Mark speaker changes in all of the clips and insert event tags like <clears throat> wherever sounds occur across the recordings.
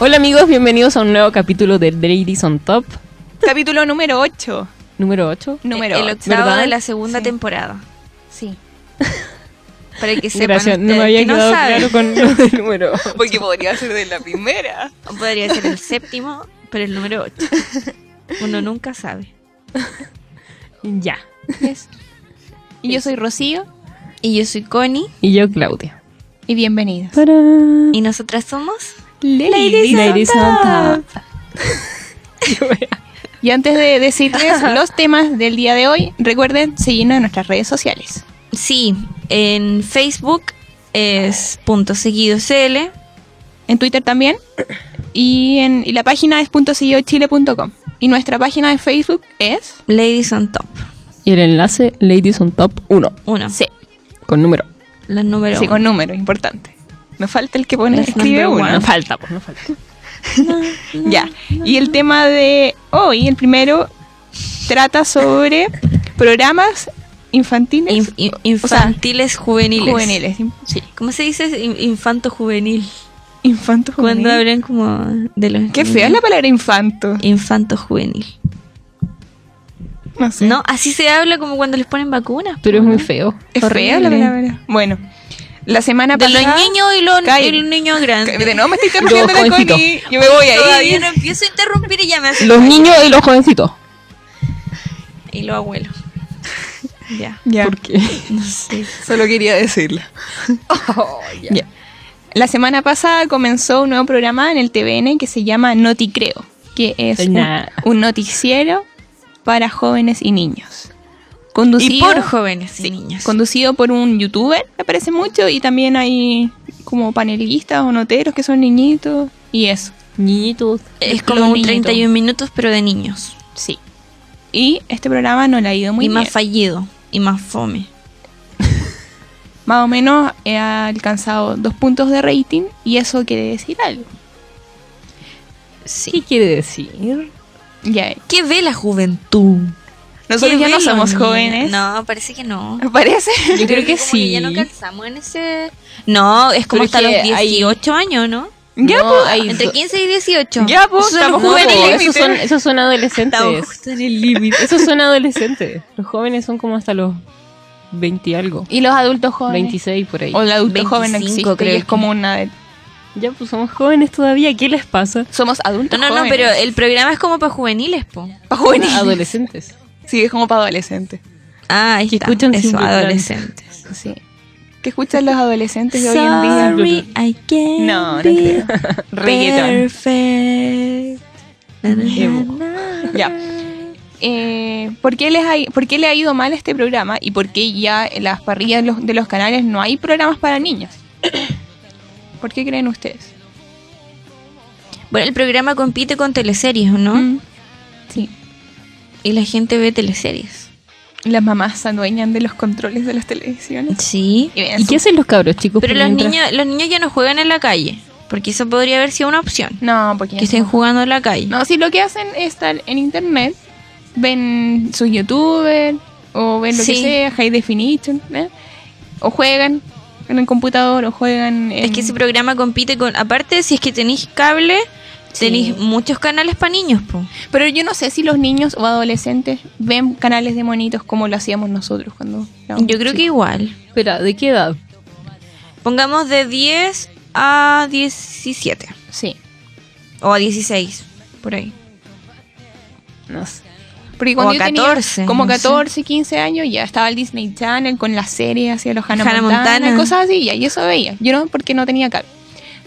Speaker 1: Hola amigos, bienvenidos a un nuevo capítulo de Ladies on Top,
Speaker 2: Capítulo número 8.
Speaker 1: número 8.
Speaker 2: Número
Speaker 3: el
Speaker 2: 8.
Speaker 3: octavo
Speaker 1: ¿Verdad?
Speaker 3: de la segunda
Speaker 2: Sí.
Speaker 3: temporada. Sí. <laughs> Para que sepan
Speaker 1: Gracias, no
Speaker 3: ustedes
Speaker 1: me había
Speaker 3: que no
Speaker 1: quedado
Speaker 3: saben.
Speaker 1: claro con lo del número.
Speaker 2: Porque podría ser de la primera.
Speaker 3: Podría ser el séptimo, pero el número 8. Uno nunca sabe.
Speaker 1: Ya.
Speaker 2: Y yo soy Rocío
Speaker 3: Y yo soy Connie
Speaker 1: Y yo Claudia.
Speaker 2: y bienvenidos.
Speaker 1: Tarán.
Speaker 3: y nosotras somos
Speaker 2: Ladies,
Speaker 1: Ladies on Top.
Speaker 2: Y antes de decirles los temas del día de hoy, recuerden seguirnos en nuestras redes sociales.
Speaker 3: Sí, en Facebook es punto seguido CL.
Speaker 2: En Twitter también. Y, en, y la página es .seguidochile.com. Y nuestra página de Facebook es...
Speaker 3: Ladies on Top.
Speaker 1: Y el enlace Ladies on Top 1,
Speaker 3: Uno. Sí.
Speaker 1: con número.
Speaker 3: Los números.
Speaker 2: Sí, con número, importante. Me falta el que pone,
Speaker 3: Las
Speaker 2: escribe
Speaker 3: number
Speaker 2: uno.
Speaker 3: one.
Speaker 1: No falta, pues no falta.
Speaker 2: Ya. Y el tema de hoy, el primero, trata sobre programas infantiles
Speaker 3: Inf- in- infantiles juveniles.
Speaker 2: juveniles. Sí.
Speaker 3: ¿Cómo se dice In- infanto juvenil?
Speaker 2: Infanto juvenil.
Speaker 3: Cuando hablan como de los.
Speaker 2: Qué fea es la palabra infanto.
Speaker 3: Infanto juvenil.
Speaker 2: No sé.
Speaker 3: No, así se habla como cuando les ponen vacunas.
Speaker 1: Pero es
Speaker 3: ¿no?
Speaker 1: muy feo.
Speaker 2: es fea la
Speaker 3: horrible.
Speaker 2: palabra. Bueno, la semana
Speaker 3: De los
Speaker 2: pasada.
Speaker 3: niños y los,
Speaker 2: Cállate.
Speaker 3: y los niños grandes.
Speaker 2: De nuevo me
Speaker 3: <laughs>
Speaker 2: estoy interrumpiendo
Speaker 1: Los
Speaker 2: la
Speaker 1: jovencitos.
Speaker 2: Connie. Yo me voy
Speaker 3: Todavía
Speaker 2: ahí.
Speaker 3: no empiezo a interrumpir y ya me hacen
Speaker 1: Los
Speaker 3: callar.
Speaker 1: niños y los jovencitos.
Speaker 3: Y los abuelos. ya.
Speaker 2: Ya,
Speaker 1: ¿Por qué?
Speaker 3: No sé.
Speaker 2: solo quería decirlo. Ya. La semana pasada comenzó un nuevo programa en el TVN que se llama Noticreo, que es un,
Speaker 1: Nah.
Speaker 2: un noticiero para jóvenes y niños. Conducido,
Speaker 3: Y por jóvenes y niños.
Speaker 2: conducido por un youtuber, me parece mucho, y también hay como panelistas o noteros que son niñitos y eso.
Speaker 1: Niñitos.
Speaker 3: Es
Speaker 2: Los
Speaker 3: como un
Speaker 2: niñitos.
Speaker 3: 31 minutos, pero de niños.
Speaker 2: Sí. Y este programa no le ha ido muy
Speaker 3: y
Speaker 2: bien.
Speaker 3: más fallido. Y más fome.
Speaker 2: Más o menos ha alcanzado dos puntos de rating y eso quiere decir algo.
Speaker 1: ¿Qué
Speaker 3: Sí.
Speaker 1: quiere decir?
Speaker 2: Ya.
Speaker 3: ¿Qué ve la juventud?
Speaker 2: Nosotros
Speaker 3: ¿Qué
Speaker 2: ya
Speaker 3: ve
Speaker 2: no
Speaker 3: los
Speaker 2: somos
Speaker 3: niños?
Speaker 2: jóvenes.
Speaker 3: No, parece que no.
Speaker 2: ¿Me parece?
Speaker 1: Yo creo que
Speaker 3: como
Speaker 1: sí.
Speaker 3: ya no calzamos en ese. No, es como
Speaker 1: Pero
Speaker 3: hasta
Speaker 1: es que
Speaker 3: los
Speaker 1: hay-
Speaker 3: 18 años, ¿no?
Speaker 2: Ya,
Speaker 1: No,
Speaker 2: pues.
Speaker 1: hay
Speaker 3: Entre
Speaker 1: do-
Speaker 3: 15 y 18.
Speaker 2: Ya, pues,
Speaker 3: Son
Speaker 2: estamos
Speaker 1: No,
Speaker 2: Justo en el
Speaker 1: po, esos
Speaker 2: límite.
Speaker 1: son, esos son
Speaker 3: Estamos
Speaker 1: adolescentes.
Speaker 3: justo en el límite.
Speaker 1: Esos son adolescentes. Los jóvenes son como hasta los 20 y algo.
Speaker 2: Y los adultos jóvenes.
Speaker 1: 26 por ahí.
Speaker 2: O el adulto joven no
Speaker 3: 25
Speaker 2: existe,
Speaker 3: creo
Speaker 2: y es
Speaker 3: que.
Speaker 2: como una...
Speaker 1: Ya, pues somos jóvenes todavía. ¿Qué les pasa?
Speaker 2: Somos
Speaker 3: No,
Speaker 2: adultos
Speaker 3: no, no, pero eh, el programa es como para juveniles, po.
Speaker 2: Para juveniles.
Speaker 1: Adolescentes.
Speaker 2: Sí, es como para adolescentes.
Speaker 3: Ah, ahí
Speaker 1: Que
Speaker 3: está.
Speaker 1: escuchan
Speaker 3: Eso,
Speaker 1: Simple Plan.
Speaker 3: adolescentes.
Speaker 2: Sí. ¿Qué escuchan los adolescentes de hoy en día?
Speaker 3: Sorry, I can't
Speaker 2: No, no
Speaker 3: be <laughs>
Speaker 2: creo. Reggaetón.
Speaker 3: perfect. Na, na,
Speaker 1: Emo.
Speaker 3: na, na.
Speaker 2: Ya. Eh, ¿por, qué les ha, ¿Por qué le ha ido mal a este programa y por qué ya en las parrillas de los, de los canales no hay programas para niños? <coughs> ¿Por qué creen ustedes?
Speaker 3: Bueno, el programa compite con teleseries, ¿no?
Speaker 2: Mm. Sí.
Speaker 3: Y la gente ve teleseries.
Speaker 2: Las mamás se adueñan de los controles de las televisiones.
Speaker 3: Sí.
Speaker 2: Y, ven
Speaker 1: ¿Y
Speaker 2: su-
Speaker 1: qué hacen los cabros chicos?
Speaker 3: Pero
Speaker 1: por
Speaker 3: los
Speaker 1: mientras?
Speaker 3: niños, los niños ya no juegan en la calle. Porque eso podría haber sido una opción.
Speaker 2: No, porque...
Speaker 3: Que estén jugando en la calle.
Speaker 2: No, si lo que hacen es estar en internet, ven sus youtubers, o ven lo que
Speaker 3: Sí.
Speaker 2: sea, high definition, ¿eh? o juegan en el computador, o juegan en...
Speaker 3: Es que ese programa compite con. Aparte, si es que tenéis cable,
Speaker 2: Sí.
Speaker 3: tenéis muchos canales para niños, po.
Speaker 2: Pero yo no sé si los niños o adolescentes ven canales de monitos como lo hacíamos nosotros cuando... éramos
Speaker 3: Yo creo que
Speaker 2: chicos.
Speaker 3: igual.
Speaker 1: Espera, ¿de qué edad?
Speaker 3: Pongamos de 10 a 17.
Speaker 2: Sí,
Speaker 3: O a 16, por ahí.
Speaker 1: No sé.
Speaker 2: porque cuando
Speaker 3: O a
Speaker 2: yo tenía
Speaker 3: 14,
Speaker 2: como
Speaker 3: no sé.
Speaker 2: 14, 15 años ya estaba el Disney Channel con las series hacia los Hannah,
Speaker 3: Hannah
Speaker 2: Montana,
Speaker 3: Montana.
Speaker 2: y cosas así, ya, y eso veía. Yo no, porque no tenía cable.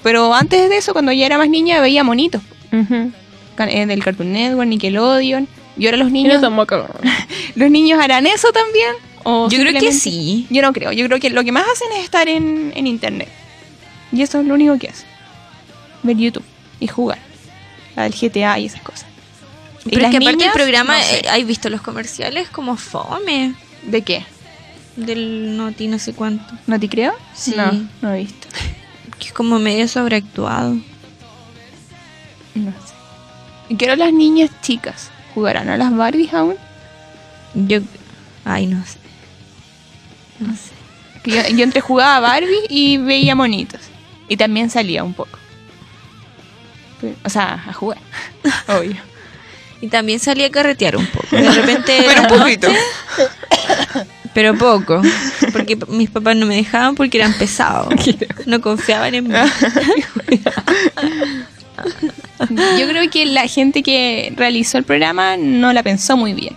Speaker 2: Pero antes de eso, cuando ya era más niña, veía monitos. can- eh, del Cartoon Network, Nickelodeon. Y ahora los niños, los niños harán eso también. O
Speaker 3: Yo creo que
Speaker 2: simplemente-
Speaker 3: sí.
Speaker 2: Yo no creo. Yo creo que lo que más hacen es estar en, en internet. Y eso es lo único que hacen. Ver YouTube y jugar al GTA y esas cosas. ¿Y
Speaker 3: Pero es
Speaker 2: las
Speaker 3: que aparte
Speaker 2: niñas?
Speaker 3: el programa,
Speaker 2: No sé.
Speaker 3: eh, ¿hay visto los comerciales? Como fome.
Speaker 2: ¿De qué?
Speaker 3: Del Noti, no sé cuánto.
Speaker 2: ¿No te creo?
Speaker 3: Sí.
Speaker 2: No, no he visto.
Speaker 3: Que es como medio sobreactuado.
Speaker 2: No sé. Y creo las niñas chicas jugarán a las Barbies aún.
Speaker 3: Yo. Ay, no sé. No sé.
Speaker 2: Que yo, yo entre jugaba a Barbie y veía monitos. Y también salía un poco. Pero- o sea, a
Speaker 3: <laughs>
Speaker 2: jugar, obvio.
Speaker 3: Y también salí a carretear un poco. De repente.
Speaker 2: <laughs> Pero un poquito.
Speaker 3: <laughs> Pero poco. Porque p- mis papás no me dejaban porque eran
Speaker 2: <laughs>
Speaker 3: pesados. No confiaban en mí.
Speaker 2: Ah, Yo creo que la gente que realizó el programa no la pensó muy bien.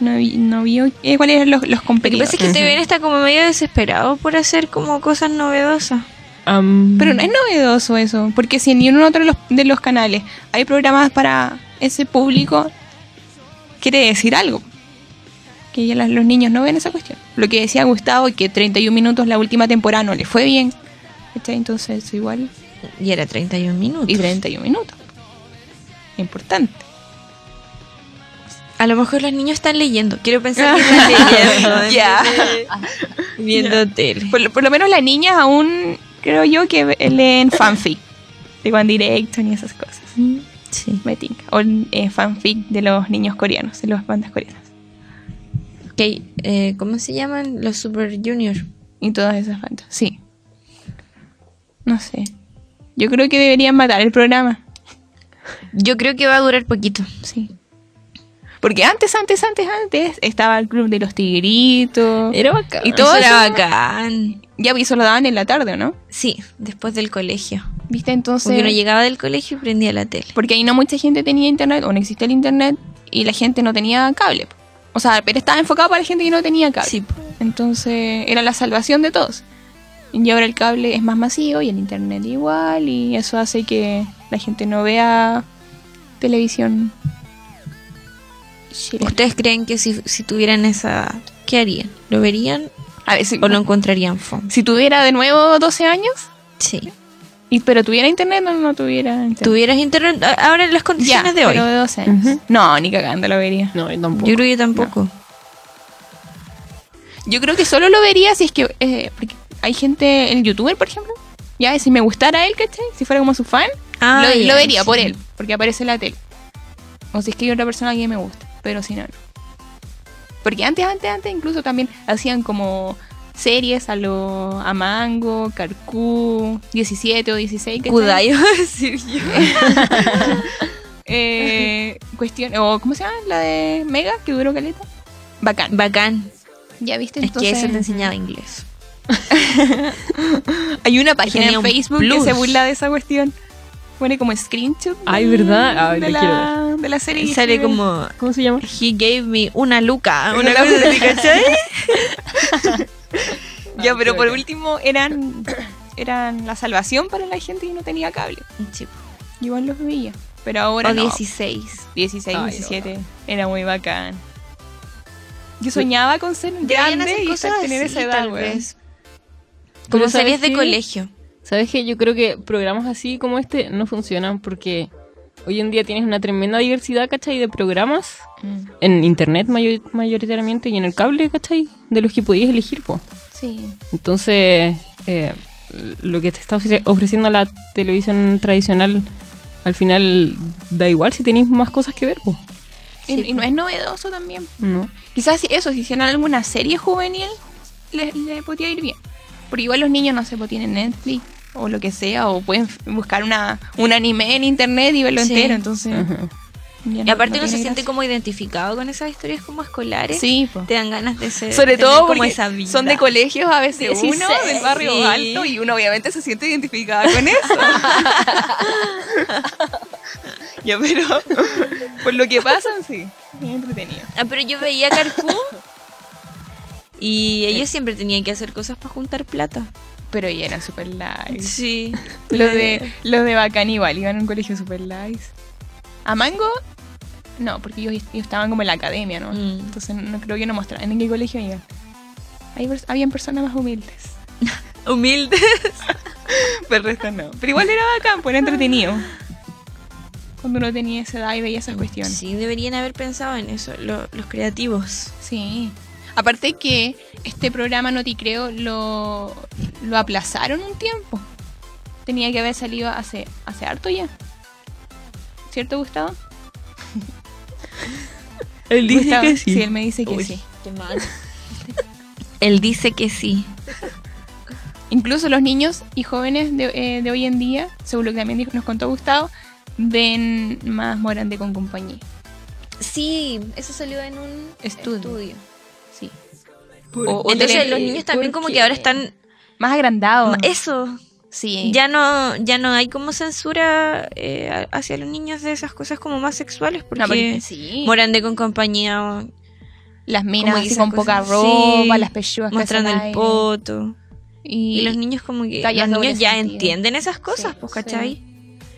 Speaker 2: No, vi- no vio eh, cuáles eran los, los
Speaker 3: Lo que
Speaker 2: competidores.
Speaker 3: pasa es que te ven está como medio desesperado por hacer como cosas novedosas.
Speaker 1: Am,
Speaker 2: Pero no es novedoso eso, porque si en ningún otro de los, de los canales hay programas para ese público, quiere decir algo. Que ya las- los niños no ven esa cuestión. Lo que decía Gustavo, que 31 minutos la última temporada no le fue bien. ¿cachai? Entonces, eso igual.
Speaker 3: Y era 31 minutos.
Speaker 2: Y 31 minutos. Importante.
Speaker 3: A lo mejor los niños están leyendo. Quiero pensar que <laughs> están leyendo.
Speaker 2: Ya.
Speaker 3: entonces, Viendo tele.
Speaker 2: Por, lo- por lo menos las niñas aún, creo yo, que ve- leen fanfic. De One Direction y esas cosas.
Speaker 3: Sí.
Speaker 2: Me tinca. O eh, fanfic de los niños coreanos, de las bandas coreanas.
Speaker 3: Ok, eh, ¿Cómo se llaman los Super Junior?
Speaker 2: Y todas esas bandas, sí. No sé. Yo creo que deberían matar el programa.
Speaker 3: Yo creo que va a durar poquito.
Speaker 2: Sí. Porque antes, antes, antes, antes estaba el club de los tigritos.
Speaker 3: Era bacán.
Speaker 2: Y todo
Speaker 3: era
Speaker 2: eso-
Speaker 3: bacán.
Speaker 2: Ya vi, eso lo daban en la tarde, ¿o ¿no?
Speaker 3: Sí, después del colegio.
Speaker 2: ¿Viste? Entonces.
Speaker 3: Porque uno llegaba del colegio y prendía la tele.
Speaker 2: Porque ahí no mucha gente tenía internet o no existía el internet y la gente no tenía cable. O sea, pero estaba enfocado para la gente que no tenía cable.
Speaker 3: Sí.
Speaker 2: Entonces era la salvación de todos. Y ahora el cable es más masivo y el internet igual y eso hace que la gente no vea televisión. chilena.
Speaker 3: ¿Ustedes creen que si, si tuvieran esa... ¿Qué harían? ¿Lo verían
Speaker 2: A ver, si,
Speaker 3: o lo encontrarían fome?
Speaker 2: si tuviera de nuevo 12 años,
Speaker 3: Sí.
Speaker 2: y, pero tuviera internet o no tuviera internet.
Speaker 3: ¿Tuvieras internet? a- Ahora en las
Speaker 2: ya,
Speaker 3: condiciones de hoy.
Speaker 2: pero de 12 años.
Speaker 1: Ujú.
Speaker 2: No, ni cagando lo vería.
Speaker 1: No, yo tampoco.
Speaker 3: Yo creo que tampoco.
Speaker 2: Yo creo que solo lo vería si es que. eh, porque hay gente, el youtuber, por ejemplo. Ya, si me gustara él, ¿cachai? Si fuera como su fan,
Speaker 3: Ah,
Speaker 2: lo,
Speaker 3: ya,
Speaker 2: lo vería
Speaker 3: sí.
Speaker 2: por él, porque aparece en la tele. O si es que hay otra persona que me gusta, pero si no, no. Porque antes, antes, antes, incluso también hacían como series a lo a Mango, Carcú, 17 o 16. ¿cachai?
Speaker 3: Kudai,
Speaker 2: <laughs>
Speaker 3: iba a decir yo.
Speaker 2: Eh, cuestión, o ¿cómo se llama? La de Mega, que duró caleta. Bacán.
Speaker 3: Bacán.
Speaker 2: Ya viste,
Speaker 3: Es que
Speaker 2: entonces.
Speaker 3: eso te enseñaba inglés.
Speaker 2: Hay una página
Speaker 3: Tenía
Speaker 2: en
Speaker 3: un
Speaker 2: Facebook que
Speaker 3: plus.
Speaker 2: se burla de esa cuestión. Pone como screenshot. de-
Speaker 1: Ay, ¿verdad? Ay,
Speaker 2: de,
Speaker 1: lo quiero
Speaker 2: la, de la serie.
Speaker 3: Y
Speaker 2: que
Speaker 3: sale
Speaker 2: escribe.
Speaker 3: como...
Speaker 1: ¿Cómo se llama?
Speaker 3: He gave me una
Speaker 1: <laughs>
Speaker 3: luca. Una
Speaker 2: Una
Speaker 3: cosa
Speaker 2: <laughs>
Speaker 3: así, ¿cachai?
Speaker 2: Ya,
Speaker 1: Ay,
Speaker 2: pero
Speaker 1: qué
Speaker 2: por
Speaker 1: bacán.
Speaker 2: último eran, eran la salvación para la gente que no tenía cable.
Speaker 3: Sí.
Speaker 2: Igual los veía. Pero ahora
Speaker 3: O
Speaker 2: no.
Speaker 3: 16.
Speaker 2: 16,
Speaker 1: Oh, Ay, no.
Speaker 2: 17. Era muy bacán. Yo soñaba con ser grande y estar- tener esa edad, güey.
Speaker 3: Como
Speaker 1: Pero ¿sabes
Speaker 3: salías de
Speaker 1: qué?
Speaker 3: colegio.
Speaker 1: ¿Sabes qué? Yo creo que programas así como este no funcionan porque hoy en día tienes una tremenda diversidad, ¿cachai? De programas
Speaker 2: Mm.
Speaker 1: en internet mayor- mayoritariamente y en el cable, ¿cachai? De los que podías elegir, po.
Speaker 2: Sí.
Speaker 1: Entonces, eh, lo que te está ofre- ofreciendo la televisión tradicional, al final da igual si tenéis más cosas que ver, po.
Speaker 2: Y, y no es novedoso también.
Speaker 1: ¿no?
Speaker 2: Quizás si eso, si hicieran alguna serie juvenil, le, le podría ir bien. Porque igual los niños no se tienen Netflix o lo que sea, o pueden f- buscar una, un anime en internet y verlo
Speaker 3: Sí.
Speaker 2: entero, entonces...
Speaker 1: Ajá.
Speaker 2: ya
Speaker 3: Y aparte
Speaker 2: no
Speaker 3: uno se
Speaker 2: tiene
Speaker 3: siente
Speaker 2: gracia.
Speaker 3: como identificado con esas historias como escolares.
Speaker 2: Sí, po.
Speaker 3: Te dan ganas de ser.
Speaker 2: sobre
Speaker 3: tener
Speaker 2: todo
Speaker 3: como
Speaker 2: porque
Speaker 3: esa vida.
Speaker 2: son de colegios a veces uno
Speaker 3: 16,
Speaker 2: del barrio
Speaker 3: sí.
Speaker 2: alto y uno obviamente se siente identificada con
Speaker 3: <laughs>
Speaker 2: eso. ya, pero por lo que pasan, sí. Es entretenido.
Speaker 3: Ah, pero yo
Speaker 2: <laughs>
Speaker 3: veía Carcú. Y ellos siempre tenían que hacer cosas para juntar plata.
Speaker 2: Pero ya eran super light.
Speaker 3: Sí.
Speaker 2: Los de, los de Bacán igual, iban a un colegio super nice. A Mango, no, porque ellos, ellos estaban como en la academia, ¿no?
Speaker 3: Mm.
Speaker 2: Entonces no creo que no mostraran en qué colegio iban. Ahí pers- habían personas más humildes. <laughs>
Speaker 3: Humilde.
Speaker 2: Pero el resto no. Pero igual era bacán, pues era entretenido. Cuando uno tenía esa edad y veía esas cuestiones.
Speaker 3: Sí, deberían haber pensado en eso, lo- los creativos.
Speaker 2: Sí. Aparte que este programa No Te Creo lo, lo aplazaron un tiempo. Tenía que haber salido hace, hace harto ya. ¿Cierto, Gustavo? <laughs>
Speaker 1: Él
Speaker 2: Gustavo, él me dice que sí.
Speaker 3: Él dice que sí.
Speaker 2: Incluso los niños y jóvenes de, eh, de hoy en día, según lo que también dijo- nos contó Gustavo, ven más Morande con compañía.
Speaker 3: Sí, eso salió en un
Speaker 2: Estudio.
Speaker 3: estudio.
Speaker 2: Sí.
Speaker 1: ¿Por
Speaker 2: O- o
Speaker 3: Entonces
Speaker 2: tele-
Speaker 3: los niños también
Speaker 1: ¿por
Speaker 3: como
Speaker 1: qué?
Speaker 3: que ahora están
Speaker 2: Más agrandado.
Speaker 3: eso.
Speaker 2: Oh. sí.
Speaker 3: Ya no ya no hay como censura eh, a- hacia los niños de esas cosas como más sexuales porque,
Speaker 2: No, porque- sí.
Speaker 3: Morande con compañía
Speaker 2: Las
Speaker 3: como
Speaker 2: minas
Speaker 3: que
Speaker 2: así
Speaker 3: esas
Speaker 2: con poca
Speaker 3: cosas,
Speaker 2: ropa,
Speaker 3: sí,
Speaker 2: las pechugas que
Speaker 3: mostrando
Speaker 2: hacen
Speaker 3: el
Speaker 2: ahí.
Speaker 3: poto.
Speaker 2: Y,
Speaker 3: Y, los niños como que
Speaker 2: Tallas
Speaker 3: los
Speaker 2: doble
Speaker 3: niños ya
Speaker 2: sentido.
Speaker 3: entienden esas cosas,
Speaker 2: Sí,
Speaker 3: pues,
Speaker 2: sí.
Speaker 3: ¿cachai?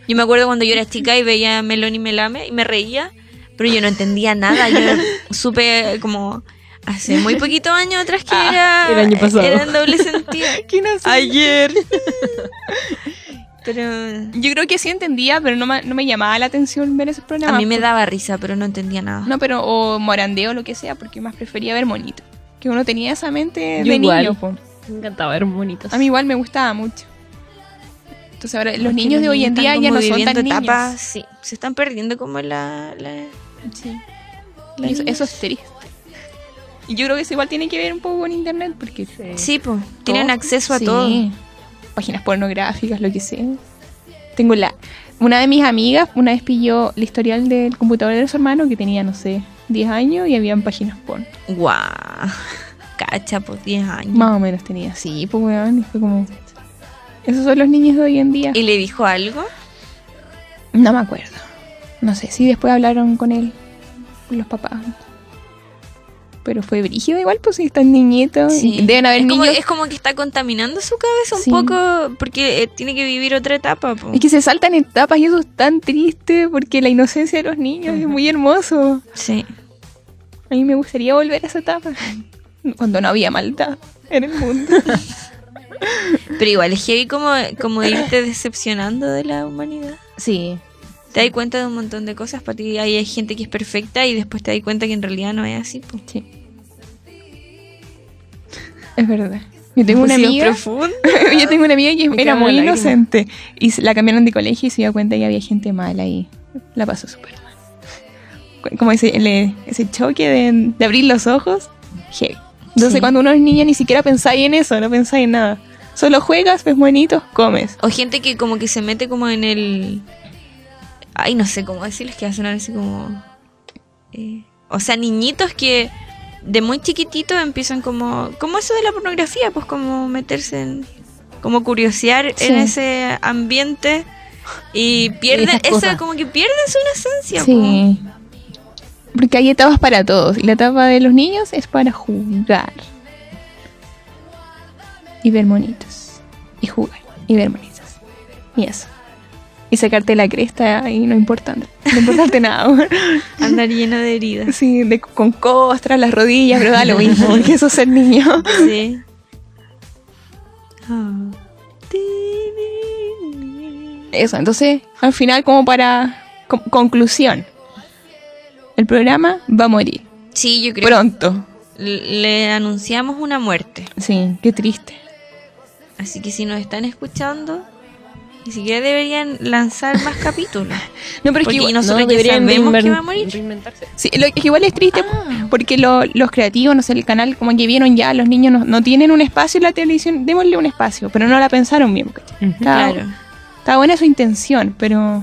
Speaker 3: Yo me acuerdo cuando yo era chica y veía a Melón y Melame y me reía, pero yo no entendía nada. Yo
Speaker 2: <laughs>
Speaker 3: supe como hace muy poquitos años atrás que
Speaker 1: Ah,
Speaker 3: era eh,
Speaker 1: el año pasado.
Speaker 3: era en doble sentido.
Speaker 2: <laughs> ¿Quién hace?
Speaker 3: Ayer. <laughs> pero
Speaker 2: Yo creo que sí entendía, pero no, ma- no me llamaba la atención ver esos
Speaker 3: a
Speaker 2: programas.
Speaker 3: mí me
Speaker 2: porque-
Speaker 3: daba risa, pero no entendía nada.
Speaker 2: pues. No, pero o morandeo, lo que sea, porque más prefería ver monito. Que uno tenía esa mente
Speaker 1: Yo
Speaker 2: de
Speaker 1: igual.
Speaker 2: niño. po.
Speaker 1: Me encantaba, eran bonitos.
Speaker 2: A mí igual me gustaba mucho. Entonces ahora los
Speaker 3: Porque
Speaker 2: niños de hoy en
Speaker 3: están
Speaker 2: día ya
Speaker 3: como
Speaker 2: no son
Speaker 3: viviendo
Speaker 2: tan niños.
Speaker 3: etapas, sí, se están perdiendo como la, la-
Speaker 2: Sí.
Speaker 3: la
Speaker 2: Y eso,
Speaker 3: niñez.
Speaker 2: eso es triste. Y yo creo que eso igual tiene que ver un poco con internet, porque
Speaker 3: Sí, pues, tienen
Speaker 2: todo.
Speaker 3: acceso a
Speaker 2: Sí.
Speaker 3: todo.
Speaker 2: Páginas pornográficas, lo que sea. Tengo la. Una de mis amigas una vez pilló el historial del computador de su hermano que tenía, no sé, 10 años y habían páginas porno.
Speaker 3: Guau. <laughs> Cacha, por 10 años.
Speaker 2: Más o menos tenía, sí, pues weón, y fue como. Esos son los niños de hoy en día.
Speaker 3: ¿Y le dijo algo?
Speaker 2: No me acuerdo. No sé si después hablaron con él, con los papás. Pero fue brígido igual, pues si están niñitos. y Deben haber
Speaker 3: es
Speaker 2: niños.
Speaker 3: Como, es como que está contaminando su cabeza un
Speaker 2: Sí.
Speaker 3: poco porque eh, tiene que vivir otra etapa. po.
Speaker 2: Es que se saltan etapas y eso es tan triste porque la inocencia de los niños es muy hermoso.
Speaker 3: Sí.
Speaker 2: A mí me gustaría volver a esa etapa. <laughs> Cuando no había maldad en el mundo.
Speaker 3: Pero igual es heavy como, como irte decepcionando de la humanidad.
Speaker 2: Sí.
Speaker 3: Te das cuenta de un montón de cosas. Para ti hay hay gente que es perfecta y después te das cuenta que en realidad no es así. po.
Speaker 2: Sí. Es verdad. Yo tengo una
Speaker 3: Ha sido
Speaker 2: amiga.
Speaker 3: profundo.
Speaker 2: <laughs> yo tengo una amiga que
Speaker 1: Me
Speaker 2: era
Speaker 1: quedaron
Speaker 2: muy
Speaker 1: las lágrimas.
Speaker 2: inocente. Y se- la cambiaron de colegio y se dio cuenta que había gente mala y la pasó súper mal. Cu- Como ese, el- ese choque de, de abrir los ojos. Heavy. Entonces
Speaker 3: Sí.
Speaker 2: cuando uno es niña ni siquiera pensáis en eso, no pensáis en nada. Solo juegas, ves bonitos, comes.
Speaker 3: O gente que como que se mete como en el... Ay, no sé cómo decirles que va a sonar así como... eh, o sea, niñitos que de muy chiquititos empiezan como... Como eso de la pornografía, pues como meterse en... Como curiosear
Speaker 2: Sí.
Speaker 3: en ese ambiente y pierden...
Speaker 1: Esas
Speaker 3: Eso
Speaker 1: cosas.
Speaker 3: como que pierden su inocencia. po.
Speaker 2: Sí. Porque hay etapas para todos. Y la etapa de los niños es para jugar. Y ver monitos. Y jugar. Y ver monitos. Y eso. Y sacarte la cresta y no importante. No <laughs> importarte nada.
Speaker 3: Andar lleno de heridas.
Speaker 2: Sí, de- con costras, las rodillas, pero da lo <laughs> mismo. Porque eso es ser niño.
Speaker 3: Sí. Ah.
Speaker 2: Eso, entonces, al final, como para. con- conclusión. El programa va a morir.
Speaker 3: Sí, yo creo
Speaker 2: Pronto.
Speaker 3: L- le anunciamos una muerte.
Speaker 2: Sí, qué triste.
Speaker 3: Así que si nos están escuchando, ni siquiera deberían lanzar
Speaker 2: <laughs>
Speaker 3: más capítulos.
Speaker 2: No, pero es
Speaker 3: Porque
Speaker 2: que igual-
Speaker 3: nosotros ya sabemos que va a morir.
Speaker 1: reinventarse.
Speaker 2: Sí, lo que igual es triste
Speaker 3: Ah.
Speaker 2: porque lo- los creativos, no sé, el canal como que vieron ya, los niños no, no tienen un espacio en la televisión, démosle un espacio, pero no la pensaron bien. ¿cachai? Estaba,
Speaker 3: Claro.
Speaker 2: estaba buena su intención, pero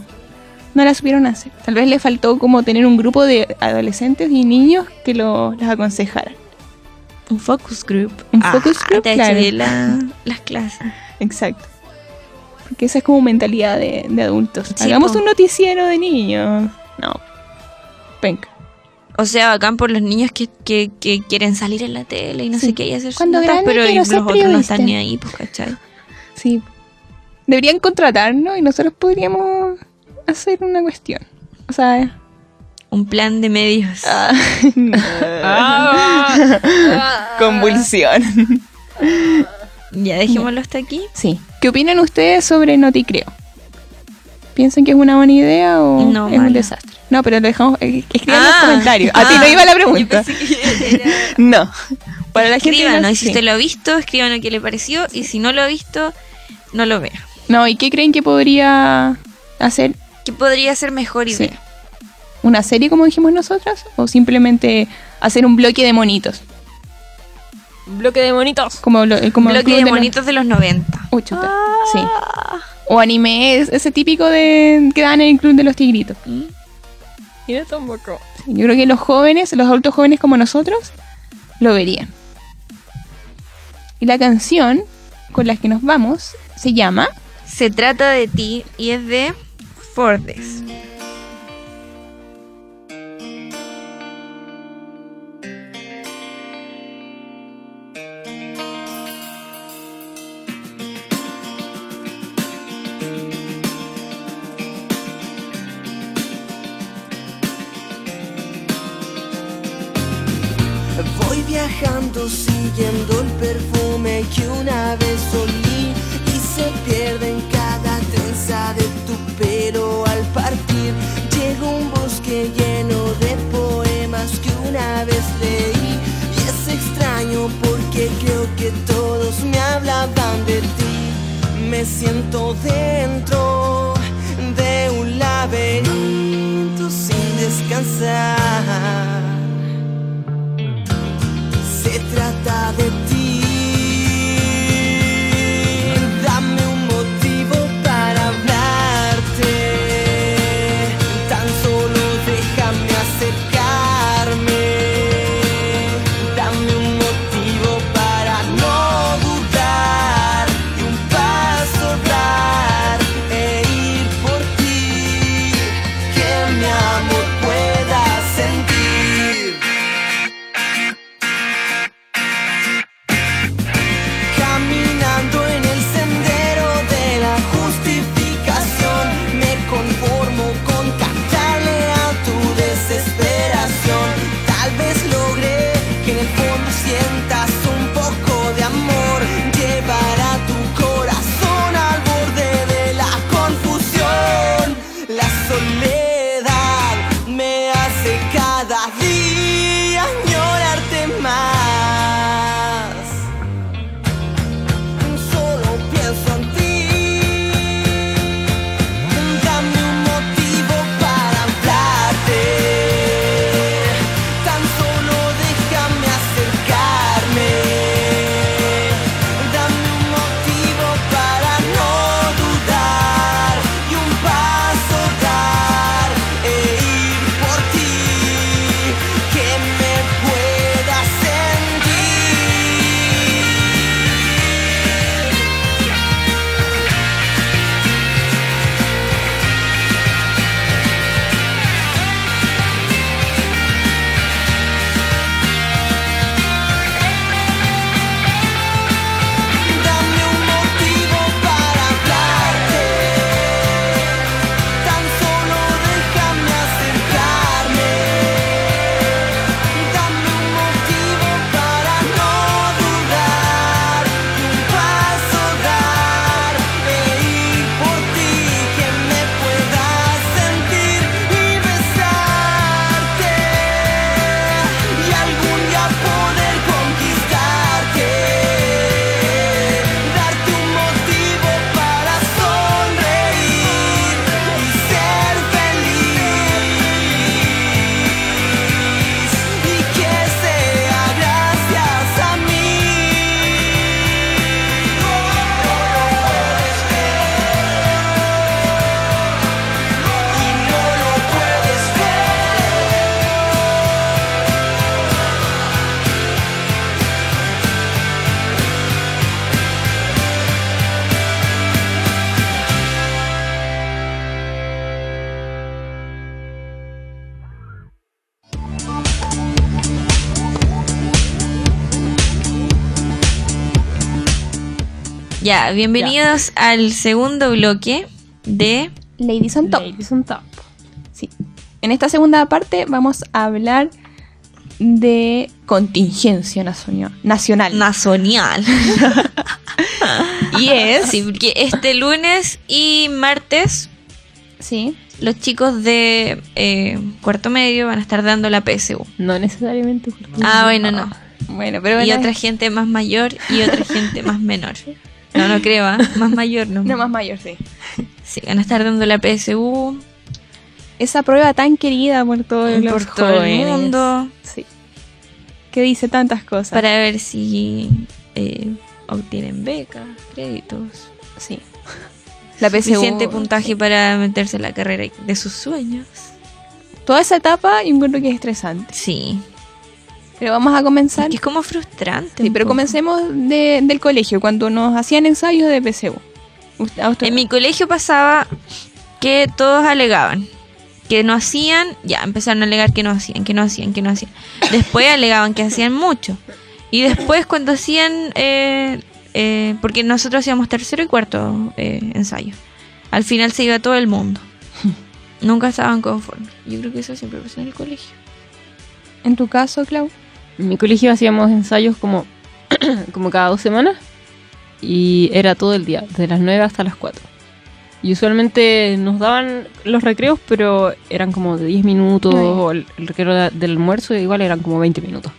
Speaker 2: no la supieron hacer. Tal vez le faltó como tener un grupo de adolescentes y niños que lo, las aconsejaran.
Speaker 3: Un focus group.
Speaker 2: Un focus group,
Speaker 3: te
Speaker 2: claro.
Speaker 3: eché la- las clases.
Speaker 2: Exacto. Porque esa es como mentalidad de, de adultos.
Speaker 3: Sí,
Speaker 2: Hagamos
Speaker 3: po.
Speaker 2: un noticiero de niños. No. Venga.
Speaker 3: O sea, bacán por los niños que, que, que quieren salir en la tele y no
Speaker 2: Sí.
Speaker 3: sé qué y hacer sus
Speaker 2: Cuando
Speaker 3: notas,
Speaker 2: grande
Speaker 3: pero
Speaker 2: quiero
Speaker 3: los
Speaker 2: ser
Speaker 3: otros no
Speaker 2: periodista.
Speaker 3: están ni ahí, pues, ¿cachai?
Speaker 2: Sí. Deberían contratarnos y nosotros podríamos hacer una cuestión. O sea,
Speaker 3: Un plan de medios.
Speaker 2: Ah, <laughs>
Speaker 1: Ah.
Speaker 2: convulsión.
Speaker 3: Ya dejémoslo hasta aquí.
Speaker 2: Sí. ¿Qué opinan ustedes sobre Noticreo? ¿Piensan que es una buena idea o
Speaker 3: No,
Speaker 2: es un
Speaker 3: mala.
Speaker 2: desastre? No, pero lo dejamos. eh, Escriban en
Speaker 3: Ah,
Speaker 2: los comentarios. A ti no
Speaker 3: ah,
Speaker 2: iba la
Speaker 3: yo
Speaker 2: pregunta.
Speaker 3: pensé que era-
Speaker 2: No. Para la gente. que
Speaker 3: Escríbanos,
Speaker 2: no-
Speaker 3: y si
Speaker 2: sí.
Speaker 3: usted lo ha visto, escríbanos qué le pareció, y si no lo ha visto, no lo vea.
Speaker 2: No, ¿y qué creen que podría hacer
Speaker 3: ¿Qué podría ser mejor
Speaker 2: Sí.
Speaker 3: idea?
Speaker 2: una serie como dijimos nosotras o simplemente hacer un bloque de monitos.
Speaker 1: <laughs> Bloque de monitos.
Speaker 2: Como, lo- eh, como el
Speaker 3: Bloque
Speaker 2: club
Speaker 3: de Ah.
Speaker 2: los-
Speaker 3: monitos de los 90.
Speaker 2: Oh, chuta. Sí. O anime, es- ese típico de que dan en el club de los tigritos.
Speaker 1: Mira tampoco.
Speaker 2: Yo creo que los jóvenes, los adultos jóvenes como nosotros, lo verían. Y la canción con la que nos vamos se llama
Speaker 3: Se trata de ti y es de Fordes.
Speaker 4: Voy viajando siguiendo el perfume que una vez olí y se pierde en cada trenza de tu pelo al partir. Llega un bosque lleno de poemas que una vez leí y es extraño porque creo que todos me hablaban de ti. Me siento dentro de un laberinto sin descansar se trata de ti. Dame un motivo para hablarte. Tan solo déjame acercarme. Dame un motivo para no dudar y un paso dar e ir por ti. Que mi amor pueda sentir. Caminando en el sendero de la justificación, me conformo con cantarle a tu desesperación. Tal vez logré que en el fondo sientas un poco de amor. Llevará tu corazón al borde de la confusión. La soledad me hace cada día añorarte más solo pienso en ti. Dame un motivo para hablarte. Tan solo déjame acercarme. Dame un motivo para no dudar y un paso dar e ir por ti que me pueda sentir. Dame un motivo para hablarte. Tan solo déjame acercarme. Dame un motivo para no dudar. Un paso dar e ir por ti que me puedas sentir y besarte y algún día poder conquistarte. Darte un motivo para sonreír y ser feliz. Y que sea gracias a mí. Y no lo puedes ver.
Speaker 3: Ya, bienvenidos al segundo bloque de
Speaker 2: Ladies on Top.
Speaker 1: Ladies on top.
Speaker 2: Sí. En esta segunda parte vamos a hablar de contingencia nacional. nacional. <laughs>
Speaker 3: Nacional.
Speaker 2: y es...
Speaker 3: <laughs> Sí, porque este lunes y martes
Speaker 2: Sí.
Speaker 3: los chicos de eh, cuarto medio van a estar dando la PSU.
Speaker 1: No necesariamente.
Speaker 2: Mm.
Speaker 3: Ah, bueno, no.
Speaker 2: Bueno, pero
Speaker 3: Y
Speaker 2: bueno,
Speaker 3: otra gente más mayor y otra gente más menor. No, no creo, ¿ah? más mayor no.
Speaker 2: No, más mayor, sí.
Speaker 3: Sí, van a estar dando la PSU
Speaker 2: Esa prueba tan querida por todos los
Speaker 3: por todo el
Speaker 2: jóvenes.
Speaker 3: mundo.
Speaker 2: Sí. que dice tantas cosas.
Speaker 3: Para ver si eh, obtienen becas, créditos. <laughs>
Speaker 2: Sí. La PSU.
Speaker 3: Suficiente puntaje para meterse en la carrera de sus sueños.
Speaker 2: Toda esa etapa yo encuentro que es estresante.
Speaker 3: Sí.
Speaker 2: Pero vamos a comenzar.
Speaker 3: Es como frustrante.
Speaker 2: Sí,
Speaker 3: un
Speaker 2: pero
Speaker 3: poco.
Speaker 2: comencemos de- del colegio, cuando nos hacían ensayos de PSU. Ust- a usted-
Speaker 3: En mi colegio pasaba que todos alegaban que no hacían, ya empezaron a alegar que no hacían, que no hacían, que no hacían. Después alegaban que hacían mucho. Y después cuando hacían, eh, eh, porque nosotros hacíamos tercero y cuarto eh, ensayo, al final se iba todo el mundo. Nunca estaban conformes. Yo creo que eso siempre pasó en el colegio.
Speaker 2: En tu caso, Clau.
Speaker 1: En mi colegio hacíamos ensayos como, <clears throat> como cada dos semanas y era todo el día, desde las 9 hasta las 4. Y usualmente nos daban los recreos, pero eran como de 10 minutos,
Speaker 2: Ay.
Speaker 1: o el, el recreo de- del almuerzo igual eran como 20 minutos.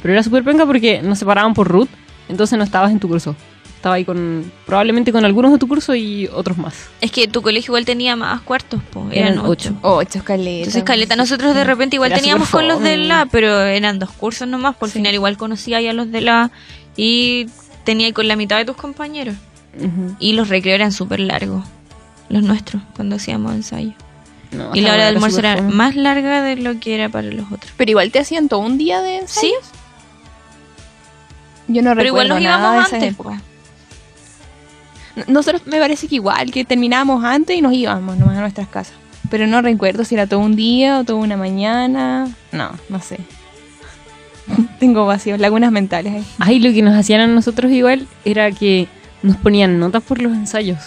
Speaker 1: Pero era súper penca porque nos separaban por root, entonces no estabas en tu curso. Estaba ahí con, probablemente con algunos de tu curso y otros más.
Speaker 3: Es que tu colegio igual tenía más cuartos, po, eran,
Speaker 1: Eran
Speaker 3: ocho.
Speaker 1: ocho.
Speaker 2: Oh, esto es caleta.
Speaker 3: Entonces, Caleta, nosotros de repente igual
Speaker 1: Era
Speaker 3: teníamos
Speaker 1: súper
Speaker 3: con los de
Speaker 1: fome.
Speaker 3: la, pero eran dos cursos nomás, por el
Speaker 1: Sí.
Speaker 3: final igual conocía ya los de la y tenía ahí con la mitad de tus compañeros. Y los recreos eran súper largos, los nuestros, cuando hacíamos ensayo.
Speaker 1: No,
Speaker 3: y
Speaker 1: esa
Speaker 3: la hora
Speaker 1: hueá
Speaker 3: del almuerzo
Speaker 1: súper
Speaker 3: era
Speaker 1: fome.
Speaker 3: más larga de lo que era para los otros.
Speaker 2: Pero igual te hacían todo un día de
Speaker 3: Sí,
Speaker 2: ensayos. Yo no
Speaker 3: pero igual
Speaker 2: recuerdo
Speaker 3: nos
Speaker 2: nada
Speaker 3: íbamos
Speaker 2: de esas
Speaker 3: antes.
Speaker 2: épocas. N- Nosotros me parece que igual, que terminábamos antes y nos íbamos nomás a nuestras casas. Pero no recuerdo si era todo un día o toda una mañana. No, no sé. <laughs> Tengo vacíos, lagunas mentales ahí.
Speaker 1: Ay, lo que nos hacían a nosotros igual era que nos ponían notas por los ensayos.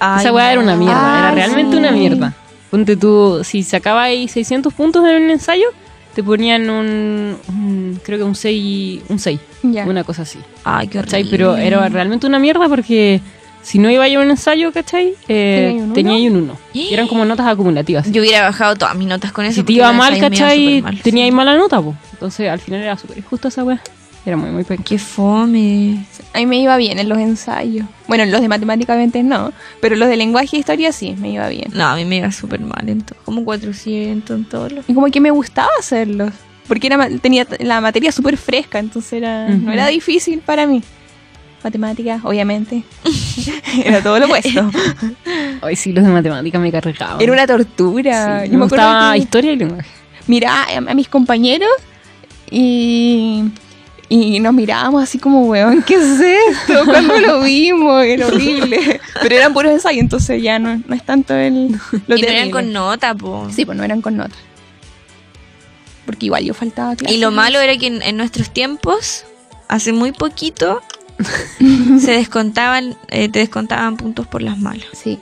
Speaker 3: Ay,
Speaker 1: Esa weá era una
Speaker 3: no.
Speaker 1: mierda, era
Speaker 2: Ay,
Speaker 1: realmente
Speaker 2: sí.
Speaker 1: una mierda. Ponte tú, si sacabais 600 puntos en un ensayo, te ponían un, un- creo que un 6, un 6,
Speaker 2: Ya.
Speaker 1: una cosa así.
Speaker 3: Ay, qué
Speaker 1: ¿Cachai?
Speaker 3: horrible.
Speaker 1: Pero era realmente una mierda porque si no iba a un ensayo, ¿cachai? Eh,
Speaker 2: ¿Tenía un uno?
Speaker 1: tenía ahí un 1. Y eran como notas acumulativas.
Speaker 3: Yo hubiera bajado todas mis notas con eso.
Speaker 1: si te
Speaker 3: porque
Speaker 1: iba
Speaker 3: los
Speaker 1: mal,
Speaker 3: ensayos me iban
Speaker 1: ¿cachai?
Speaker 3: súper mal.
Speaker 1: tenía ahí mala nota, po. Entonces al final era súper injusta esa weá. Era muy, muy pequeña.
Speaker 3: Qué fome.
Speaker 2: A mí me iba bien en los ensayos. Bueno, en los de matemáticamente no, pero los de lenguaje e historia sí, me iba bien.
Speaker 3: No, a mí me iba súper mal, en todo, como 400 en todos los
Speaker 2: Y como que me gustaba hacerlos, porque era, ma- tenía t- la materia súper fresca, entonces era, no
Speaker 1: Ujú.
Speaker 2: era difícil para mí. Matemáticas,
Speaker 1: <laughs>
Speaker 2: obviamente. era todo lo opuesto.
Speaker 1: Hoy sí, los de matemática me cargaban.
Speaker 2: Era una tortura.
Speaker 1: Sí,
Speaker 2: Yo
Speaker 1: me
Speaker 2: acuerdo
Speaker 1: gustaba
Speaker 2: que
Speaker 1: historia y lenguaje.
Speaker 2: Miraba a, a mis compañeros y, y nos mirábamos así como, weón, ¿qué es
Speaker 3: <laughs>
Speaker 2: esto? ¿Cuándo lo vimos? Era horrible. Pero eran puros ensayos, entonces ya no, no es tanto
Speaker 3: <laughs>
Speaker 2: el... Lo
Speaker 3: y no eran
Speaker 2: terrible.
Speaker 3: con nota, po.
Speaker 2: Sí, pues no eran con notas. Porque igual yo faltaba a clases.
Speaker 3: Y lo malo era que en, en nuestros tiempos, hace muy poquito, se descontaban, eh, te descontaban puntos por las malas.
Speaker 2: Sí,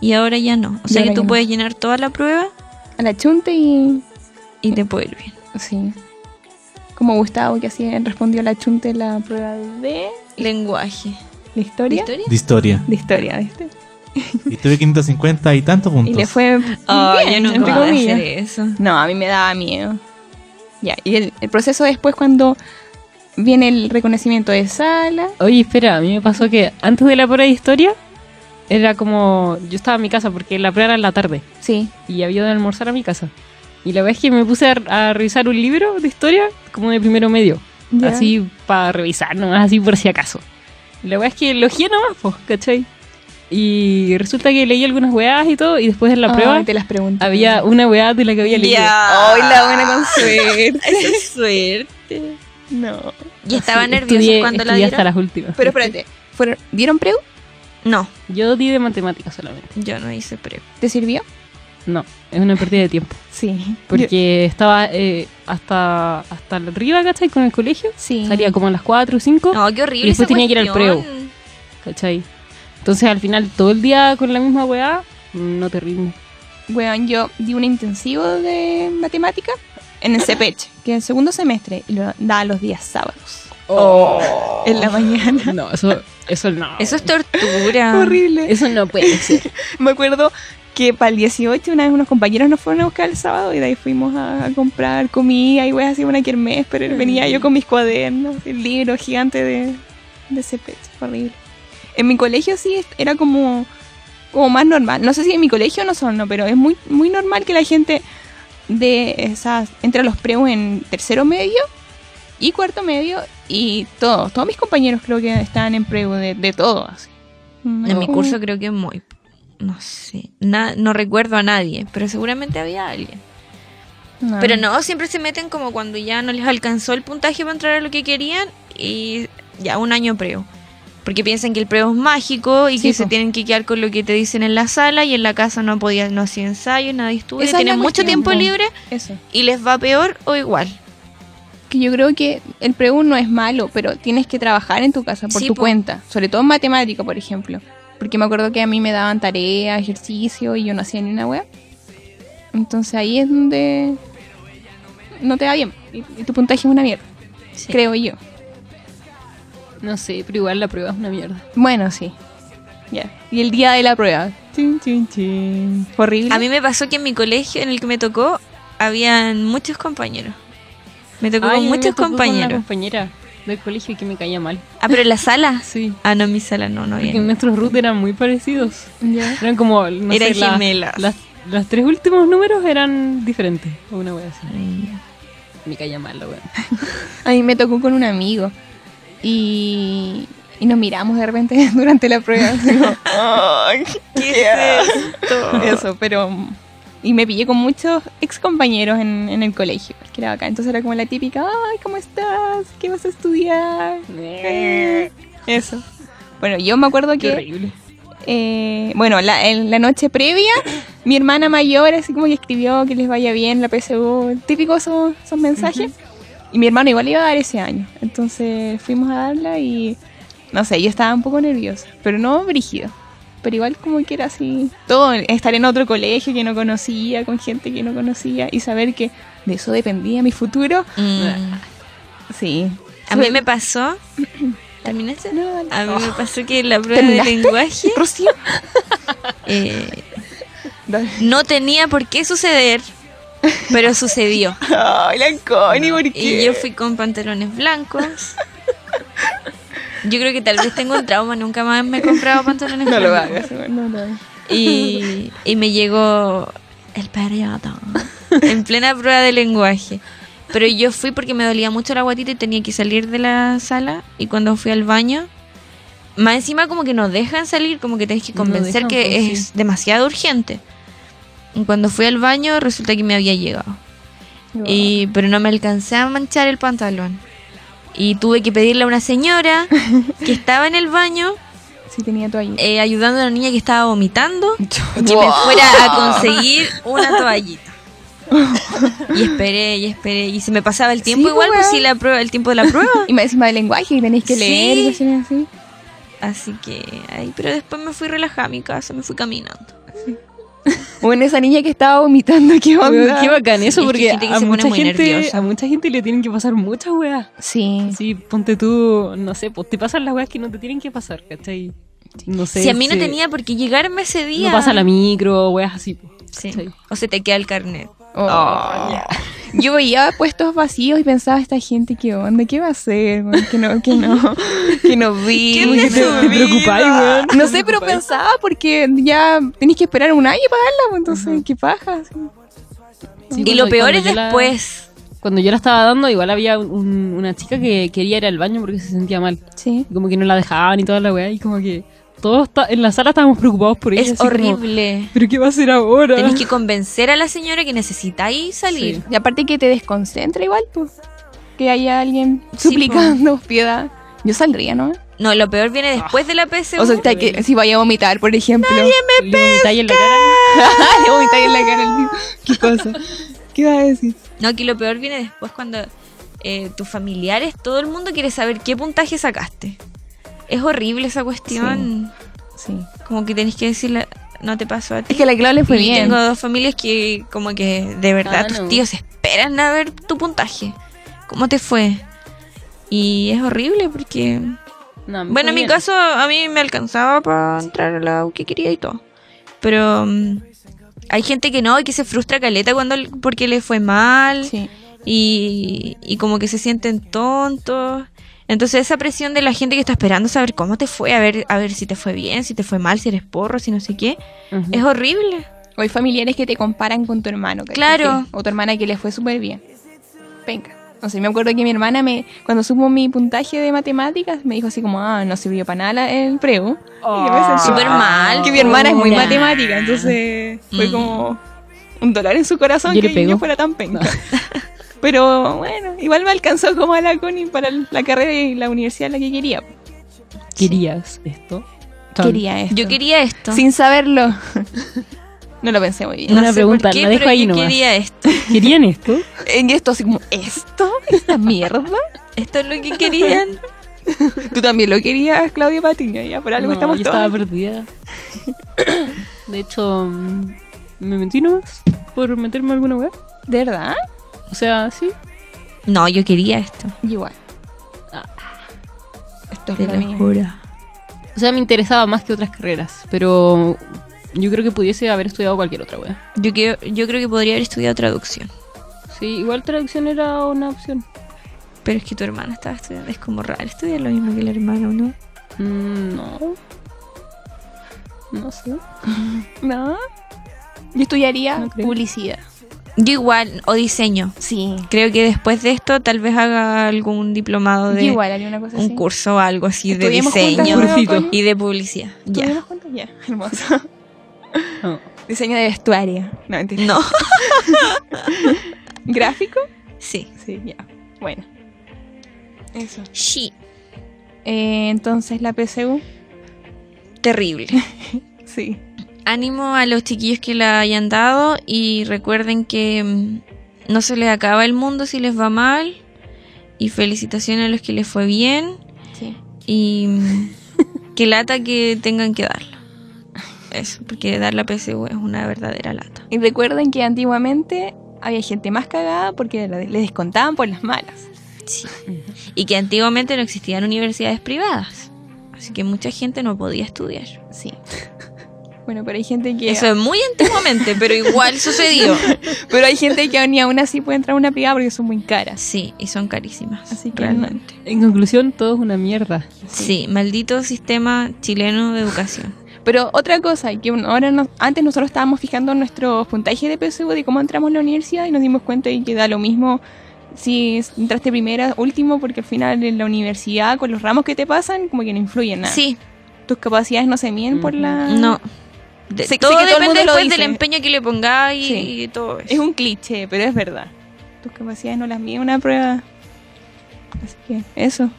Speaker 3: Y ahora ya no. O
Speaker 2: Y
Speaker 3: sea que
Speaker 2: ahora
Speaker 3: tú
Speaker 2: ya no.
Speaker 3: puedes llenar toda la prueba
Speaker 2: a la chunte y...
Speaker 3: y te puede ir bien.
Speaker 2: Sí. Como Gustavo que así respondió a la chunte la prueba de...
Speaker 3: Lenguaje.
Speaker 2: ¿De historia?
Speaker 3: ¿Historia?
Speaker 5: De historia.
Speaker 2: De historia, ¿viste?
Speaker 5: Y tuve 550 y tantos puntos.
Speaker 2: Y le fue
Speaker 3: Ah,
Speaker 2: bien,
Speaker 3: yo nunca
Speaker 2: entre
Speaker 3: voy a
Speaker 2: comillas.
Speaker 3: hacer eso.
Speaker 2: No, a mí me daba miedo. Ya, y el, el proceso después cuando viene el reconocimiento de sala.
Speaker 1: Oye, espera, a mí me pasó que antes de la prueba de historia era como. Yo estaba en mi casa porque la prueba era en la tarde
Speaker 2: Sí.
Speaker 1: y había de almorzar a mi casa. Y la verdad es que me puse a, a revisar un libro de historia como de primero medio.
Speaker 2: ya.
Speaker 1: Así para revisar nomás, así por si acaso. Y la verdad es que elogié nomás, pues, ¿cachai? Y resulta que leí algunas weás y todo y después de la
Speaker 2: Ay,
Speaker 1: prueba
Speaker 2: te las pregunté.
Speaker 1: había una weá de la que había leído.
Speaker 2: Ay, la buena con <laughs> suerte.
Speaker 3: Esa es suerte.
Speaker 2: No.
Speaker 3: Y estaba
Speaker 1: Sí,
Speaker 3: nerviosa
Speaker 1: estudié-
Speaker 3: cuando la
Speaker 1: estudié
Speaker 3: dieron.
Speaker 1: hasta las últimas.
Speaker 2: Pero espérate, ¿fueron- ¿dieron preu?
Speaker 3: No,
Speaker 1: Yo di de matemáticas solamente.
Speaker 3: yo no hice pre.
Speaker 2: ¿Te sirvió?
Speaker 1: No, es una pérdida de tiempo.
Speaker 2: Sí.
Speaker 1: Porque estaba eh, hasta, hasta arriba, ¿cachai? Con el colegio.
Speaker 2: Sí.
Speaker 1: Salía como a las 4 o 5,
Speaker 3: No, qué horrible.
Speaker 1: Y después
Speaker 3: esa
Speaker 1: tenía que ir al
Speaker 3: cuestión.
Speaker 1: ¿cachai? Entonces al final todo el día con la misma weá, no te rindes.
Speaker 2: Weón, yo di un intensivo de matemática en el CEPECH, que es el segundo semestre, y lo da los días sábados, en la
Speaker 1: <laughs>
Speaker 2: mañana.
Speaker 1: No, eso, Oh. eso no.
Speaker 3: Eso es tortura.
Speaker 2: <laughs> Horrible.
Speaker 1: <laughs> Eso no puede ser.
Speaker 2: <laughs> Me acuerdo que para el 18 una vez unos compañeros nos fueron a buscar el sábado y de ahí fuimos a, a comprar comida y weas así una quermés, pero él venía yo con mis cuadernos, el libro gigante de, de CEPECH, horrible. En mi colegio sí era como, como más normal. No sé si en mi colegio no son, no, pero es muy, muy normal que la gente de esas, entre los preus en tercero medio, y cuarto medio y todos, todos mis compañeros creo que estaban en preu de, de todo. así.
Speaker 3: En mi
Speaker 2: Oh.
Speaker 3: curso creo que muy. No sé. na- no recuerdo a nadie, pero seguramente había alguien.
Speaker 2: No.
Speaker 3: Pero no, siempre se meten como cuando ya no les alcanzó el puntaje para entrar a lo que querían y ya un año preo. Porque piensan que el preo es mágico y
Speaker 2: Sí,
Speaker 3: que
Speaker 2: po.
Speaker 3: se tienen que quedar con lo que te dicen en la sala y en la casa no podían, no hacían ensayos, nadie estudia,
Speaker 2: Esa es
Speaker 3: tienen
Speaker 2: la
Speaker 3: mucho
Speaker 2: cuestión,
Speaker 3: tiempo
Speaker 2: po.
Speaker 3: libre
Speaker 2: Eso.
Speaker 3: y les va peor o igual.
Speaker 2: Que yo creo que el preu no es malo, pero tienes que trabajar en tu casa por
Speaker 3: Sí,
Speaker 2: tu
Speaker 3: po.
Speaker 2: cuenta. Sobre todo en matemática, por ejemplo. Porque me acuerdo que a mí me daban tarea, ejercicio y yo no hacía ni una web. Entonces ahí es donde no te va bien. Y, y tu puntaje es una mierda, creo yo.
Speaker 1: No sé, pero igual la prueba es una mierda.
Speaker 2: Bueno, sí. Ya. Y el día de la prueba. Chin, chin, chin. Fue Horrible.
Speaker 3: A mí me pasó que en mi colegio en el que me tocó habían muchos compañeros. Me tocó
Speaker 1: Ay, a
Speaker 3: con
Speaker 1: mí me
Speaker 3: muchos
Speaker 1: tocó con una
Speaker 3: compañeros.
Speaker 1: compañera del colegio que me caía mal.
Speaker 3: Ah, pero en
Speaker 2: <laughs>
Speaker 3: la sala.
Speaker 1: Sí.
Speaker 3: Ah, no, en mi sala no, no había.
Speaker 1: Porque nuestros roots eran muy parecidos.
Speaker 2: Ya.
Speaker 1: Eran como, no
Speaker 3: Eran
Speaker 1: sé, la-
Speaker 3: gemelas.
Speaker 1: las, las tres últimos números eran diferentes. o Una wea así.
Speaker 3: Ay.
Speaker 1: Me caía mal la wea.
Speaker 2: A mí me tocó con un amigo. Y, y nos miramos de repente <laughs> durante la prueba. así como, "Ay,
Speaker 3: ¿Qué es esto?
Speaker 2: Eso, pero. Y me pillé con muchos ex compañeros en, en el colegio, que era acá. Entonces era como la típica: Ay, ¿cómo estás? ¿Qué vas a estudiar? Eh, Eso. Bueno, yo me acuerdo
Speaker 1: Qué
Speaker 2: que.
Speaker 1: horrible.
Speaker 2: Eh, bueno, la, en la noche previa, mi hermana mayor así como que escribió que les vaya bien la PSU, típicos esos, esos mensajes. Y mi hermano igual iba a dar ese año. Entonces fuimos a darla y no sé, yo estaba un poco nerviosa, pero no brígido. Pero igual como que era así, todo, estar en otro colegio que no conocía, con gente que no conocía y saber que de eso dependía mi futuro.
Speaker 3: Mm.
Speaker 2: Sí.
Speaker 3: A mí me pasó. ¿Terminaste?
Speaker 2: No, dale.
Speaker 3: A mí me pasó que en la prueba de
Speaker 2: ¿Terminaste?
Speaker 3: lenguaje
Speaker 2: Rocío.
Speaker 3: eh,
Speaker 2: Dale.
Speaker 3: no tenía por qué suceder,
Speaker 2: <laughs>
Speaker 3: pero sucedió.
Speaker 2: Ay, la Connie, ¿por
Speaker 3: Y
Speaker 2: qué?
Speaker 3: yo fui con pantalones blancos. Yo creo que tal vez tengo un trauma, nunca más me he comprado pantalones
Speaker 2: No lo
Speaker 3: blancos.
Speaker 2: hagas, <laughs> no lo hagas.
Speaker 3: Y, y me llegó el periodo en plena prueba de lenguaje. Pero yo fui porque me dolía mucho la guatita y tenía que salir de la sala. Y cuando fui al baño, más encima como que nos dejan salir, como que tenés que
Speaker 1: No
Speaker 3: convencer
Speaker 1: dejan,
Speaker 3: que
Speaker 1: pues,
Speaker 3: es demasiado urgente. Y cuando fui al baño, resulta que me había llegado. Y, pero no me alcancé a manchar el pantalón. Y tuve que pedirle a una señora que estaba en el baño
Speaker 2: Sí tenía toallita.
Speaker 3: eh, ayudando a la niña que estaba vomitando y que me fuera a
Speaker 2: <laughs>
Speaker 3: conseguir una toallita. Y esperé, y esperé. Y se me pasaba el tiempo
Speaker 2: Sí,
Speaker 3: igual, pues
Speaker 2: weón.
Speaker 3: sí, la prueba, el tiempo de la prueba.
Speaker 2: Y más encima del lenguaje y tenéis que
Speaker 3: Sí.
Speaker 2: leer y cuestiones así.
Speaker 3: Así que, ay, pero después me fui relajada a mi casa, me fui caminando.
Speaker 2: Bueno, esa niña que estaba vomitando, ¿qué onda?
Speaker 1: Weón, Qué bacán eso,
Speaker 3: Sí, es que
Speaker 1: porque
Speaker 3: hay gente que
Speaker 1: a,
Speaker 3: se pone
Speaker 1: mucha
Speaker 3: muy
Speaker 1: gente,
Speaker 3: nerviosa.
Speaker 1: a mucha gente le tienen que pasar muchas weas.
Speaker 2: Sí.
Speaker 1: Sí, ponte tú, no sé, pues te pasan las weas que no te tienen que pasar, ¿cachai? No sé.
Speaker 3: si a mí no
Speaker 1: se-
Speaker 3: tenía por qué llegarme ese día.
Speaker 1: No pasa la micro, weas así. po.
Speaker 3: Sí.
Speaker 1: ¿cachai?
Speaker 3: O se te queda el carnet.
Speaker 2: Oh. Yo veía puestos vacíos y pensaba, esta gente, ¿qué onda? ¿Qué va a hacer? weón? Que no, que <laughs> no, <laughs> que no vi.
Speaker 3: ¿Qué
Speaker 1: Te,
Speaker 3: de su
Speaker 1: te preocupáis, weón.
Speaker 2: No sé, pero pensaba porque ya tenéis que esperar un año para darla, entonces, ¿qué paja? Sí.
Speaker 1: Sí,
Speaker 3: y
Speaker 1: cuando-
Speaker 3: lo peor
Speaker 1: cuando
Speaker 3: es
Speaker 1: yo la-
Speaker 3: después.
Speaker 1: cuando yo la estaba dando, igual había un- una chica que quería ir al baño porque se sentía mal.
Speaker 2: Sí.
Speaker 1: Y como que no la dejaban y toda la weá. Y como que todos ta- en la sala estábamos preocupados por ella.
Speaker 3: Es
Speaker 1: así como,
Speaker 3: horrible.
Speaker 1: ¿Pero qué va a hacer ahora?
Speaker 3: Tenés que convencer a la señora que necesitáis salir.
Speaker 1: Sí.
Speaker 2: Y aparte que te desconcentra igual, pues. Que haya alguien
Speaker 3: Sí,
Speaker 2: suplicando piedad. Yo saldría, ¿no?
Speaker 3: No, lo peor viene después de la PSU.
Speaker 2: O sea, está que, si vaya a vomitar, por ejemplo.
Speaker 1: <laughs> Le vomitáis en la cara.
Speaker 2: <laughs> Le vomita ahí en la cara al tipo. ¿Qué pasa? ¿Qué va a decir?
Speaker 3: No, que lo peor viene después cuando eh, tus familiares, todo el mundo quiere saber qué puntaje sacaste. Es horrible esa cuestión.
Speaker 2: Sí.
Speaker 3: Como que tenés que decirle, no te pasó a ti.
Speaker 2: Es que la Clau le fue
Speaker 3: Y
Speaker 2: bien.
Speaker 3: Tengo dos familias que como que de verdad
Speaker 1: Ah,
Speaker 3: tus
Speaker 1: no.
Speaker 3: tíos esperan a ver tu puntaje. ¿Cómo te fue? Y es horrible porque...
Speaker 1: No, me
Speaker 3: Bueno,
Speaker 1: fue
Speaker 3: en mi
Speaker 1: bien.
Speaker 3: caso a mí me alcanzaba para entrar a la U que quería y todo. Pero mm, hay gente que no y que se frustra caleta cuando porque le fue mal
Speaker 2: Sí.
Speaker 3: y, y como que se sienten tontos. Entonces esa presión de la gente que está esperando saber cómo te fue, a ver, a ver si te fue bien, si te fue mal, si eres porro, si no sé qué,
Speaker 1: Ujú.
Speaker 3: es horrible.
Speaker 2: O hay familiares que te comparan con tu hermano. ¿cachai?
Speaker 3: Claro.
Speaker 2: Que- O tu hermana que le fue súper bien. Venga. No sé, me acuerdo que mi hermana, me cuando supo mi puntaje de matemáticas, me dijo así como, ah, no sirvió para nada la- el preo. Y yo me sentí
Speaker 3: Súper mal.
Speaker 2: Que mi hermana es muy
Speaker 3: Nah.
Speaker 2: matemática, entonces fue
Speaker 3: Mm.
Speaker 2: como un dólar en su corazón
Speaker 1: Yo le
Speaker 2: que
Speaker 1: pego.
Speaker 2: yo fuera tan penca. <laughs> Pero bueno, igual me alcanzó como a la Connie para la carrera y la universidad a la que quería.
Speaker 1: ¿Querías esto? Tan-
Speaker 2: Quería esto.
Speaker 3: Yo quería esto.
Speaker 2: Sin saberlo. <laughs> no lo pensé muy bien.
Speaker 1: Una pregunta,
Speaker 3: por qué,
Speaker 1: la dejo
Speaker 3: pero
Speaker 1: ahí
Speaker 3: yo
Speaker 1: nomás.
Speaker 3: quería esto.
Speaker 1: <laughs>
Speaker 3: <laughs>
Speaker 1: ¿Querían esto?
Speaker 2: En esto así como, ¿esto? ¿Esta mierda?
Speaker 3: Esto es lo que querían.
Speaker 2: <laughs> Tú también lo querías, Claudia Patiño, ya, por algo
Speaker 1: No,
Speaker 2: estamos
Speaker 1: yo
Speaker 2: todos.
Speaker 1: estaba perdida. <coughs> De hecho, mm, me mentí nomás por meterme a alguna web.
Speaker 2: ¿De verdad?
Speaker 1: O sea, sí.
Speaker 3: <laughs> No, yo quería esto.
Speaker 2: Igual.
Speaker 1: Ah.
Speaker 2: Esto es
Speaker 3: Te
Speaker 2: lo
Speaker 3: lo
Speaker 2: mío.
Speaker 3: juro.
Speaker 1: O sea, me interesaba más que otras carreras, pero yo creo que pudiese haber estudiado cualquier otra web.
Speaker 3: Yo, creo- yo creo que podría haber estudiado traducción.
Speaker 1: Sí, igual traducción era una opción.
Speaker 3: Pero es que tu hermana estaba estudiando. Es como raro estudiar lo mismo que la hermana, ¿o ¿no?
Speaker 1: Mm, No. No sé.
Speaker 2: ¿No? Yo estudiaría
Speaker 1: No creo.
Speaker 2: publicidad.
Speaker 3: Yo igual, o diseño.
Speaker 2: Sí.
Speaker 3: Creo que después de esto tal vez haga algún diplomado
Speaker 2: Yo
Speaker 3: de
Speaker 2: igual haría una cosa así.
Speaker 3: un curso o algo así de
Speaker 2: Estudiemos
Speaker 3: diseño
Speaker 2: juntas,
Speaker 1: Cursito.
Speaker 2: Connie.
Speaker 3: y de publicidad. Ya.
Speaker 2: ¿Estudiamos juntas? Ya, <laughs> hermoso.
Speaker 1: No.
Speaker 2: Diseño de vestuario. No, mentira.
Speaker 3: No. <laughs>
Speaker 2: ¿Gráfico?
Speaker 3: Sí.
Speaker 2: Sí, ya. Bueno. Eso.
Speaker 3: Sí.
Speaker 2: Eh, entonces, la PSU.
Speaker 3: Terrible.
Speaker 2: Sí.
Speaker 3: Ánimo a los chiquillos que la hayan dado y recuerden que mm, no se les acaba el mundo si les va mal. Y felicitaciones a los que les fue bien.
Speaker 2: Sí.
Speaker 3: Y mm, que lata que tengan que darla. Eso, porque dar la PSU es una verdadera lata.
Speaker 2: Y recuerden que antiguamente había gente más cagada porque la- les descontaban por las malas.
Speaker 3: Sí. Y que antiguamente no existían universidades privadas. Así que mucha gente no podía estudiar.
Speaker 2: Sí. <laughs> Bueno, pero hay gente que.
Speaker 3: Eso es muy antiguamente, pero <laughs> igual sucedió.
Speaker 2: <laughs> Pero hay gente que ni aún así puede entrar a una pegada porque son muy caras.
Speaker 3: Sí, y son carísimas.
Speaker 2: Así que
Speaker 3: realmente.
Speaker 1: En conclusión, todo es una mierda.
Speaker 3: Sí, maldito sistema chileno de educación.
Speaker 2: Pero otra cosa, que un- ahora nos- antes nosotros estábamos fijando nuestros puntajes de PSU de cómo entramos a la universidad y nos dimos cuenta de que da lo mismo si es- entraste primera, último, porque al final en la universidad con los ramos que te pasan como que no influyen nada.
Speaker 3: Sí,
Speaker 2: Tus capacidades no se miden por la...
Speaker 3: no. De-
Speaker 2: Sé- sé
Speaker 3: todo
Speaker 2: que todo el
Speaker 3: depende
Speaker 2: mundo lo
Speaker 3: después
Speaker 2: dice.
Speaker 3: del empeño que le pongáis y,
Speaker 2: Sí.
Speaker 3: y todo eso.
Speaker 2: Es un cliché, pero es verdad. Tus capacidades no las mide una prueba. Así que eso,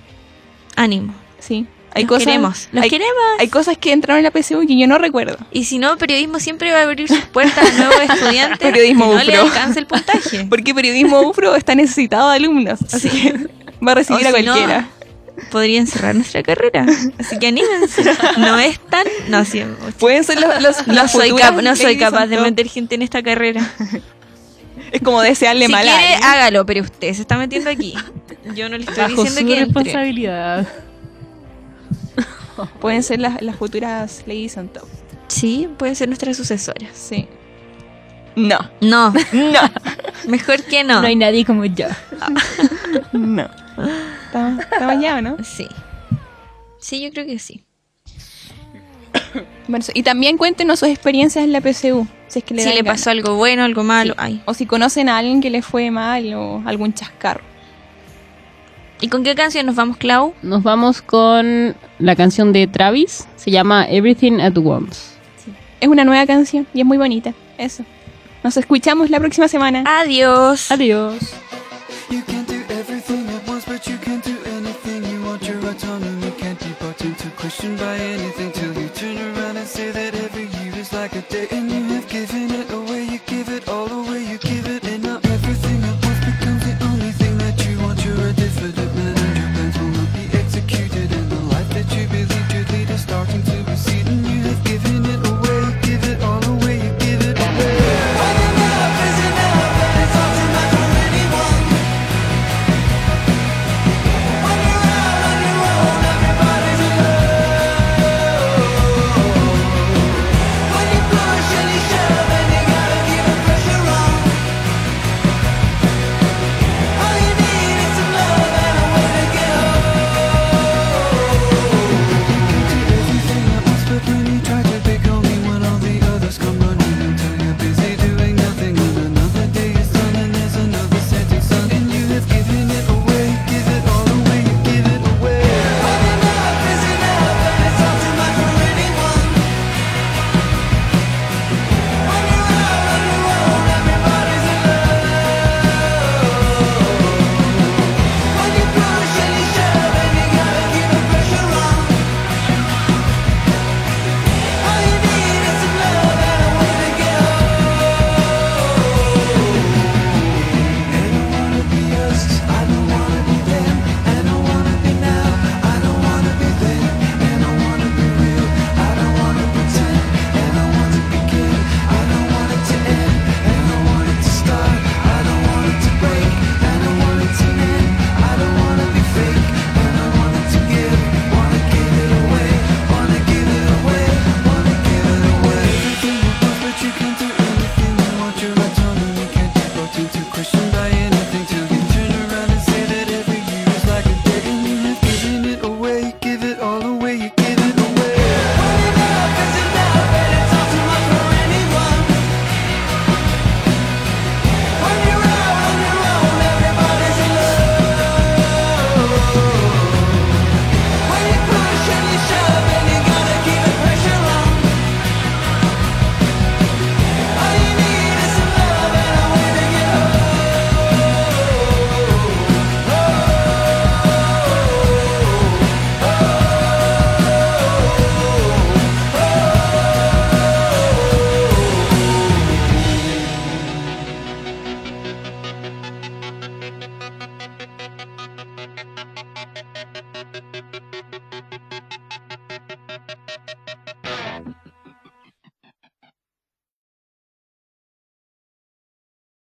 Speaker 3: ánimo.
Speaker 2: sí. Hay
Speaker 3: Los
Speaker 2: cosas,
Speaker 3: queremos. Los
Speaker 2: hay,
Speaker 3: queremos.
Speaker 2: hay cosas que entraron en la PSU que yo no recuerdo.
Speaker 3: Y si no, periodismo siempre va a abrir sus puertas <laughs> a nuevos estudiantes.
Speaker 2: Periodismo
Speaker 3: que no le
Speaker 2: UPRO.
Speaker 3: alcanza
Speaker 2: <laughs>
Speaker 3: el puntaje.
Speaker 2: Porque periodismo UFRO está necesitado de alumnos. Así que va a recibir
Speaker 3: O
Speaker 2: a
Speaker 3: si no,
Speaker 2: cualquiera.
Speaker 3: podría encerrar nuestra carrera. Así que anímense. No es tan. No, sí,
Speaker 2: Pueden ser los, los-
Speaker 3: no
Speaker 2: las
Speaker 3: soy,
Speaker 2: futuras
Speaker 3: cap- no soy
Speaker 2: Lady
Speaker 3: capaz de
Speaker 2: Santos.
Speaker 3: meter gente en esta carrera.
Speaker 2: Es como desearle
Speaker 3: si
Speaker 2: mal a
Speaker 3: quiere,
Speaker 2: alguien.
Speaker 3: hágalo, pero usted se está
Speaker 2: <laughs>
Speaker 3: metiendo aquí. Yo no le estoy
Speaker 1: Bajo su
Speaker 3: diciendo que entre.
Speaker 1: responsabilidad.
Speaker 2: Pueden ser las, las futuras Lady Santos.
Speaker 3: Sí, pueden ser nuestras sucesoras.
Speaker 2: Sí. No.
Speaker 3: <laughs> No,
Speaker 2: No.
Speaker 3: mejor que no.
Speaker 1: No hay nadie como yo.
Speaker 2: No. Estamos estamos ya, ¿o ¿no?
Speaker 3: Sí. Sí, yo creo que sí.
Speaker 2: Bueno, y también cuéntenos sus experiencias en la PSU. Si es que le
Speaker 3: si
Speaker 2: dan
Speaker 3: le
Speaker 2: ganas.
Speaker 3: pasó algo bueno, algo malo,
Speaker 2: Sí.
Speaker 3: ay.
Speaker 2: O si conocen a alguien que le fue mal o algún chascarro.
Speaker 3: ¿Y con qué canción nos vamos, Clau?
Speaker 1: Nos vamos con la canción de Travis. Se llama Everything at Once.
Speaker 2: Es una nueva canción y es muy bonita. Eso. Nos escuchamos la próxima semana.
Speaker 3: Adiós.
Speaker 1: Adiós.
Speaker 6: You can do everything at once, but you can do anything you want. Your autonomy can't be brought into question by anything till you turn around and say that every year is like a day and you have given it away.